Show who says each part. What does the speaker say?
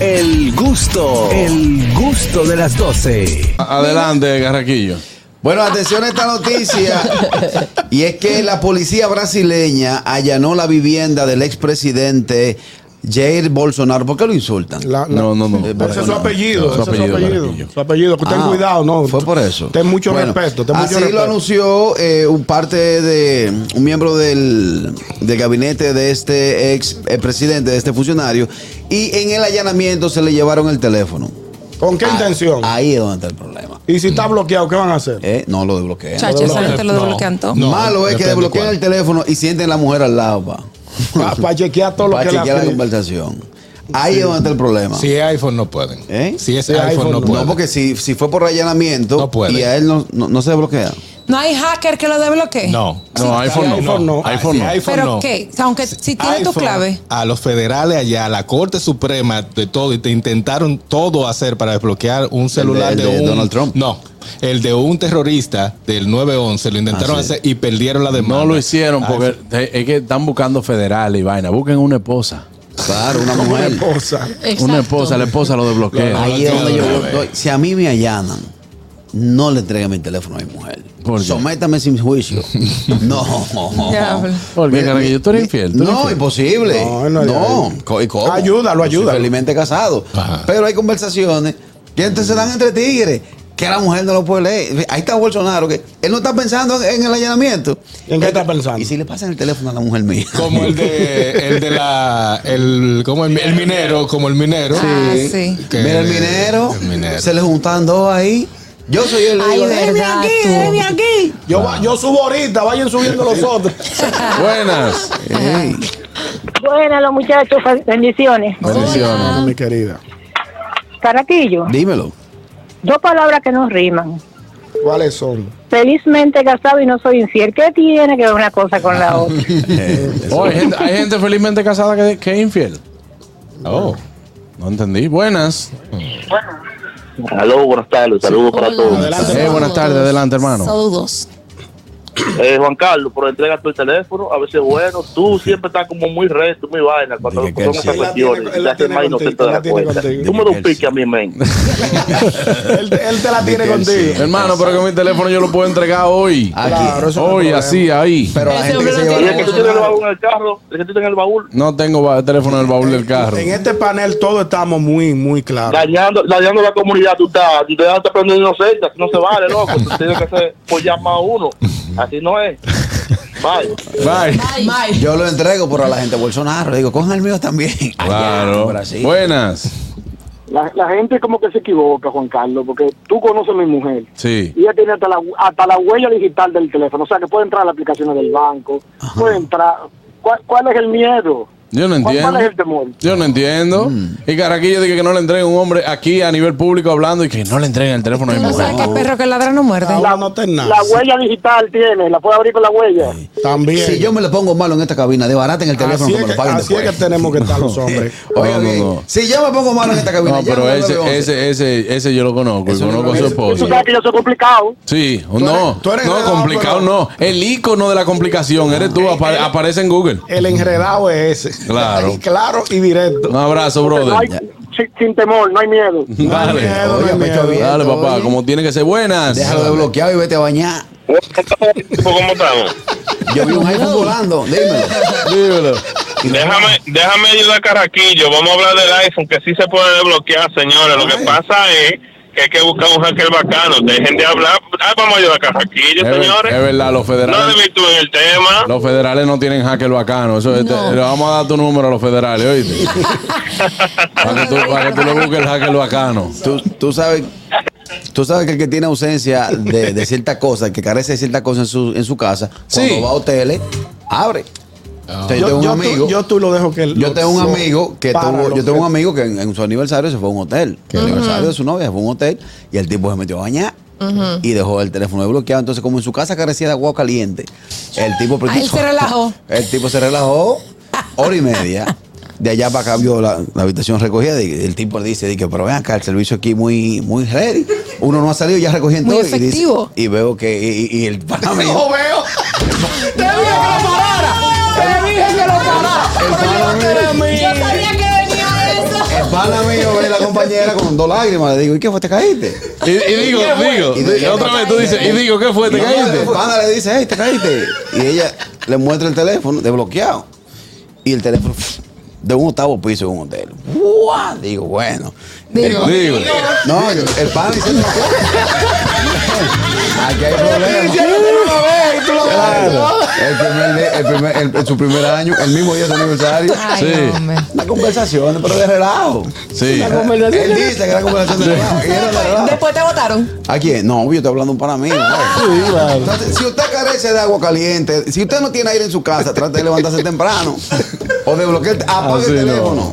Speaker 1: El gusto, el gusto de las 12.
Speaker 2: Adelante, Garraquillo.
Speaker 3: Bueno, atención a esta noticia. Y es que la policía brasileña allanó la vivienda del expresidente Jair Bolsonaro. ¿Por qué lo insultan?
Speaker 4: La- la-
Speaker 2: No, no, no.
Speaker 3: Eh,
Speaker 2: Ese
Speaker 4: Ese es su
Speaker 3: Bolsonaro.
Speaker 4: apellido.
Speaker 2: Su
Speaker 4: Ese es su
Speaker 2: apellido,
Speaker 4: apellido.
Speaker 2: Carraquillo.
Speaker 4: Su apellido. Que ten
Speaker 3: Ah,
Speaker 4: cuidado, ¿no?
Speaker 3: Fue por eso.
Speaker 4: Ten mucho
Speaker 3: Bueno,
Speaker 4: respeto. Ten mucho
Speaker 3: así lo
Speaker 4: respeto.
Speaker 3: anunció eh, un parte de un miembro del, del gabinete de este ex eh, presidente, de este funcionario, y en el allanamiento se le llevaron el teléfono.
Speaker 4: ¿Con qué
Speaker 3: Ah,
Speaker 4: intención?
Speaker 3: Ahí es donde está el problema.
Speaker 4: Y si está bloqueado, ¿qué van a hacer?
Speaker 3: Eh, no lo desbloquean.
Speaker 5: Chacho, esa gente lo
Speaker 6: No.
Speaker 5: desbloquean todo.
Speaker 6: No,
Speaker 3: Malo es que
Speaker 6: depende
Speaker 3: desbloquean
Speaker 6: cuál.
Speaker 3: el teléfono y sienten la mujer al lado, pa.
Speaker 4: Para chequear todo lo
Speaker 3: Para
Speaker 4: que
Speaker 3: chequear la
Speaker 4: le hacen.
Speaker 3: conversación. Ahí es donde está el problema.
Speaker 6: Ah. Si es iPhone, no pueden.
Speaker 3: ¿Eh?
Speaker 6: Si es
Speaker 4: Si es
Speaker 6: iPhone,
Speaker 4: iPhone,
Speaker 6: no
Speaker 4: no,
Speaker 6: pueden.
Speaker 3: No, porque si, si fue por allanamiento
Speaker 6: No puede.
Speaker 3: y a él no, no, no se desbloquea.
Speaker 5: No hay hacker que lo desbloquee.
Speaker 6: Eh. No. Ah,
Speaker 2: No, iPhone no.
Speaker 4: iPhone no.
Speaker 2: iPhone
Speaker 6: Si
Speaker 2: no.
Speaker 6: iPhone
Speaker 5: Pero
Speaker 6: no.
Speaker 5: qué, O sea, aunque si tiene tu
Speaker 6: iPhone,
Speaker 5: clave.
Speaker 6: A los federales allá, a la Corte Suprema, de todo, y te intentaron todo hacer para desbloquear un celular
Speaker 3: el de
Speaker 6: un,
Speaker 3: Donald Trump.
Speaker 6: No, el de un terrorista del 911, lo intentaron
Speaker 3: Ah, sí.
Speaker 6: hacer y perdieron la demanda.
Speaker 2: No lo hicieron porque
Speaker 6: iPhone.
Speaker 2: te- es que están buscando federales y vaina. Busquen una esposa.
Speaker 3: Claro, una
Speaker 4: Como una
Speaker 3: mujer.
Speaker 4: esposa.
Speaker 2: Una esposa, la esposa lo desbloquea.
Speaker 3: Ahí es
Speaker 6: No,
Speaker 3: donde
Speaker 6: no,
Speaker 3: yo
Speaker 6: no,
Speaker 3: voy.
Speaker 6: no.
Speaker 3: Si a mí me allanan, no le entregue mi teléfono a mi mujer.
Speaker 2: ¿Por qué?
Speaker 3: Sométame sin juicio. no.
Speaker 5: Diablo.
Speaker 2: ¿Por qué,
Speaker 3: Mi-
Speaker 2: Carraquillo? ¿Tú eres
Speaker 3: mi-
Speaker 2: infiel? ¿Tú eres
Speaker 3: No,
Speaker 2: infiel?
Speaker 3: imposible.
Speaker 4: No,
Speaker 3: No,
Speaker 4: no,
Speaker 3: co- ¿y cómo?
Speaker 4: Ayúdalo,
Speaker 3: Yo soy
Speaker 4: ayúdalo.
Speaker 3: Felizmente casado.
Speaker 6: Ajá.
Speaker 3: Pero hay conversaciones que antes se dan entre tigres. Que la mujer no lo puede leer. Ahí está Bolsonaro, que él no está pensando en en el allanamiento.
Speaker 4: ¿En qué está pensando?
Speaker 3: ¿Y si le pasan el teléfono a la mujer mía?
Speaker 6: Como el de, el de la, el, como el, el minero, como el minero.
Speaker 5: Ah, sí.
Speaker 6: Que-
Speaker 3: Mira el minero,
Speaker 6: el minero.
Speaker 3: Se le juntan dos ahí. Yo soy el
Speaker 5: Ay, verdad, tú.
Speaker 3: aquí.
Speaker 4: Yo, va- yo subo ahorita, vayan subiendo los otros.
Speaker 2: Buenas.
Speaker 3: Ey.
Speaker 7: Buenas, los muchachos, fa- bendiciones.
Speaker 2: Bendiciones.
Speaker 4: Mi querida.
Speaker 7: Caraquillo,
Speaker 3: Dímelo.
Speaker 7: dos palabras que no riman.
Speaker 4: ¿Cuáles son?
Speaker 7: Felizmente casado y no soy infiel. ¿Qué tiene que ver una cosa con la otra?
Speaker 2: Oh, hay, gente, hay gente felizmente casada que, que es infiel. Oh. No entendí. Buenas.
Speaker 8: Aló, buenas tardes, saludos para todos.
Speaker 4: Adelante,
Speaker 2: Eh, buenas tardes, adelante, hermano.
Speaker 5: Saludos.
Speaker 8: Eh, Juan Carlos, pero entrega tu teléfono, a veces bueno, tú siempre estás como muy recto, muy vaina, cuando
Speaker 3: Dije que
Speaker 8: son
Speaker 3: sí.
Speaker 8: esas
Speaker 4: Él la
Speaker 8: cuestiones,
Speaker 4: tiene- él
Speaker 8: te
Speaker 4: la
Speaker 8: haces
Speaker 4: tiene
Speaker 8: más
Speaker 4: contigo,
Speaker 8: inocente de
Speaker 4: la
Speaker 8: la
Speaker 4: tiene
Speaker 8: cuenta.
Speaker 4: contigo.
Speaker 8: Tú me das
Speaker 3: Dije
Speaker 8: un
Speaker 3: que
Speaker 8: pique a mí, men.
Speaker 4: él, él te la tiene
Speaker 3: Di que él sí.
Speaker 4: contigo.
Speaker 2: Hermano, pero que mi teléfono yo lo puedo entregar hoy.
Speaker 3: Aquí.
Speaker 4: Claro, eso no es
Speaker 2: hoy,
Speaker 4: problema.
Speaker 2: así, ahí.
Speaker 3: Pero la
Speaker 5: Ese
Speaker 3: gente
Speaker 5: hombre
Speaker 3: que se
Speaker 5: no
Speaker 3: lleva
Speaker 8: Y
Speaker 5: tiene
Speaker 3: la
Speaker 8: es que tú
Speaker 3: cosa-
Speaker 8: tienes el baúl en el carro, es que tú tienes el baúl,
Speaker 2: No tengo ba- teléfono en el baúl del carro.
Speaker 4: En este panel todos estamos muy, muy
Speaker 3: Ah.
Speaker 4: claros.
Speaker 8: dañando, dañando la comunidad, tú estás, tú te das aprendiendo inocente, así no se vale, loco, tú tienes que hacer por llamar a uno, así no es. Bye.
Speaker 4: este-
Speaker 2: Bye.
Speaker 5: Bye.
Speaker 3: Yo lo entrego, pero a la gente de Bolsonaro. Le digo, cojan el mío también.
Speaker 2: Claro.
Speaker 3: Por así.
Speaker 2: Buenas.
Speaker 9: La, la gente como que se equivoca, Juan Carlos, porque tú conoces a mi mujer.
Speaker 2: Sí.
Speaker 9: Y ella tiene hasta la, hasta la huella digital del teléfono. O sea, que puede entrar a las aplicaciones del banco, puede entrar. ¿Cuál, cuál es el miedo?
Speaker 2: Yo no
Speaker 9: ¿Cuál,
Speaker 2: entiendo.
Speaker 9: cuál es el temor?
Speaker 2: Yo no entiendo. Y Carraquillo dice que no le entreguen un hombre aquí a nivel público hablando y que no le entreguen el teléfono a mi
Speaker 5: No
Speaker 2: mujer.
Speaker 5: sabes que perro que ladra no muerde.
Speaker 4: Ahora no te nada.
Speaker 9: La huella digital tiene, la puede abrir con la huella.
Speaker 4: También.
Speaker 3: Si yo me le pongo malo en esta cabina, desbaraten el teléfono que
Speaker 4: así
Speaker 3: me
Speaker 4: es
Speaker 3: lo
Speaker 4: que,
Speaker 3: paguen
Speaker 4: así es que
Speaker 3: después.
Speaker 4: tenemos que estar los hombres.
Speaker 3: Oiga
Speaker 2: Oh, No, no,
Speaker 3: bien,
Speaker 2: no.
Speaker 3: si yo me pongo malo en esta cabina,
Speaker 2: No, pero
Speaker 3: llame al
Speaker 2: ese,
Speaker 3: 911.
Speaker 2: ese, ese, ese yo lo conozco. y conozco a su
Speaker 9: Tú
Speaker 2: esposo.
Speaker 9: sabes que yo soy complicado.
Speaker 2: Sí,
Speaker 4: eres-
Speaker 2: no,
Speaker 4: tú eres
Speaker 2: no,
Speaker 4: enredado,
Speaker 2: complicado
Speaker 4: pero-
Speaker 2: no. El icono de la complicación eres tú, apa- aparece en Google.
Speaker 4: El enredado es ese.
Speaker 2: Claro.
Speaker 4: Y claro y directo.
Speaker 2: Un abrazo,
Speaker 9: No hay-
Speaker 2: brother.
Speaker 9: sin, sin temor, no hay miedo.
Speaker 2: Dale,
Speaker 4: miedo, no hay
Speaker 3: Oye, pecho
Speaker 4: miedo.
Speaker 3: abierto,
Speaker 2: dale, papá,
Speaker 3: oye.
Speaker 2: como tiene que ser buenas.
Speaker 3: Déjalo desbloqueado y vete a bañar.
Speaker 8: ¿Cómo estamos?
Speaker 3: Yo vi un iPhone volando, dímelo.
Speaker 2: Dímelo.
Speaker 8: Déjame, déjame ayudar a Carraquillo. Vamos a hablar del iPhone, que sí se puede desbloquear, señores. Lo que pasa es que hay que buscar un hacker bacano. Dejen de hablar. Ah, vamos a ayudar a
Speaker 2: Es,
Speaker 8: Carraquillo,
Speaker 2: ver-
Speaker 8: señores.
Speaker 2: es verdad, los
Speaker 8: no
Speaker 2: federales,
Speaker 8: debilitúen el tema.
Speaker 2: los federales no tienen hacker bacano. Eso es-
Speaker 5: No.
Speaker 2: te- le vamos a dar tu número a los federales, oíste. para, que tú, para que tú le busques el hacker bacano.
Speaker 3: Tú, tú sabes, tú sabes que el que tiene ausencia de, de cierta cosa, el que carece de cierta cosa en su, en su casa, cuando
Speaker 2: Sí.
Speaker 3: va a hoteles, abre. O sea, yo, tengo un
Speaker 4: tú-
Speaker 3: amigo.
Speaker 4: yo tú lo dejo que
Speaker 3: yo
Speaker 4: lo-
Speaker 3: tengo un
Speaker 4: lo-
Speaker 3: amigo que
Speaker 4: para
Speaker 3: tuvo,
Speaker 4: lo
Speaker 3: yo tengo un
Speaker 4: que-
Speaker 3: amigo que en, en su aniversario se fue a un hotel. Que el aniversario de su novia se fue a un hotel y el tipo se metió a bañar. Y dejó el teléfono desbloqueado. Entonces, como en su casa carecía de agua caliente, el tipo.
Speaker 5: Ah, él se relajó.
Speaker 3: El tipo se relajó hora y media. De allá para acá vio la, la habitación recogida. y el tipo le dice, dice, pero ven acá, el servicio aquí muy, muy ready. Uno no ha salido, ya recogiendo
Speaker 5: Muy
Speaker 3: todo. Y, dice-
Speaker 5: efectivo.
Speaker 3: y veo que, y, y- y el pana mío-
Speaker 4: No veo. Te dije que lo parara. Te dije que lo parara.
Speaker 3: el pana mío-
Speaker 5: Yo sabía que venía eso.
Speaker 3: el Pana mío, ve la compañera con dos lágrimas. Le digo, ¿y qué fue? ¿Te caíste?
Speaker 2: Y, y digo, digo,
Speaker 3: Y dice,
Speaker 2: otra
Speaker 3: "Te
Speaker 2: vez tú dices, y digo, ¿qué fue? Pues ¿Te
Speaker 3: No,
Speaker 2: caíste?
Speaker 3: El pana le dice, hey, te caíste. Y ella le muestra el teléfono desbloqueado. Y el teléfono de un octavo piso en un hotel. ¡Guau! Digo, bueno.
Speaker 5: Digo.
Speaker 2: Digo.
Speaker 3: No, yo- el pana dice, no. Aquí hay problemas. Claro. El primer día- el primer- el- en su primer año, el mismo día de su aniversario.
Speaker 5: Ay,
Speaker 2: Sí.
Speaker 5: hombre.
Speaker 3: Una conversación, pero de relajo.
Speaker 2: Sí.
Speaker 3: Él dice que era conversación de relajo. Y era de relajo.
Speaker 5: Después te votaron.
Speaker 3: ¿A quién? No, yo estoy hablando un para mí. ¿no? Entonces, si usted carece de agua caliente, si usted no tiene aire en su casa, trate de levantarse temprano o de bloquear, apague
Speaker 2: Así
Speaker 3: el
Speaker 2: no.
Speaker 3: teléfono.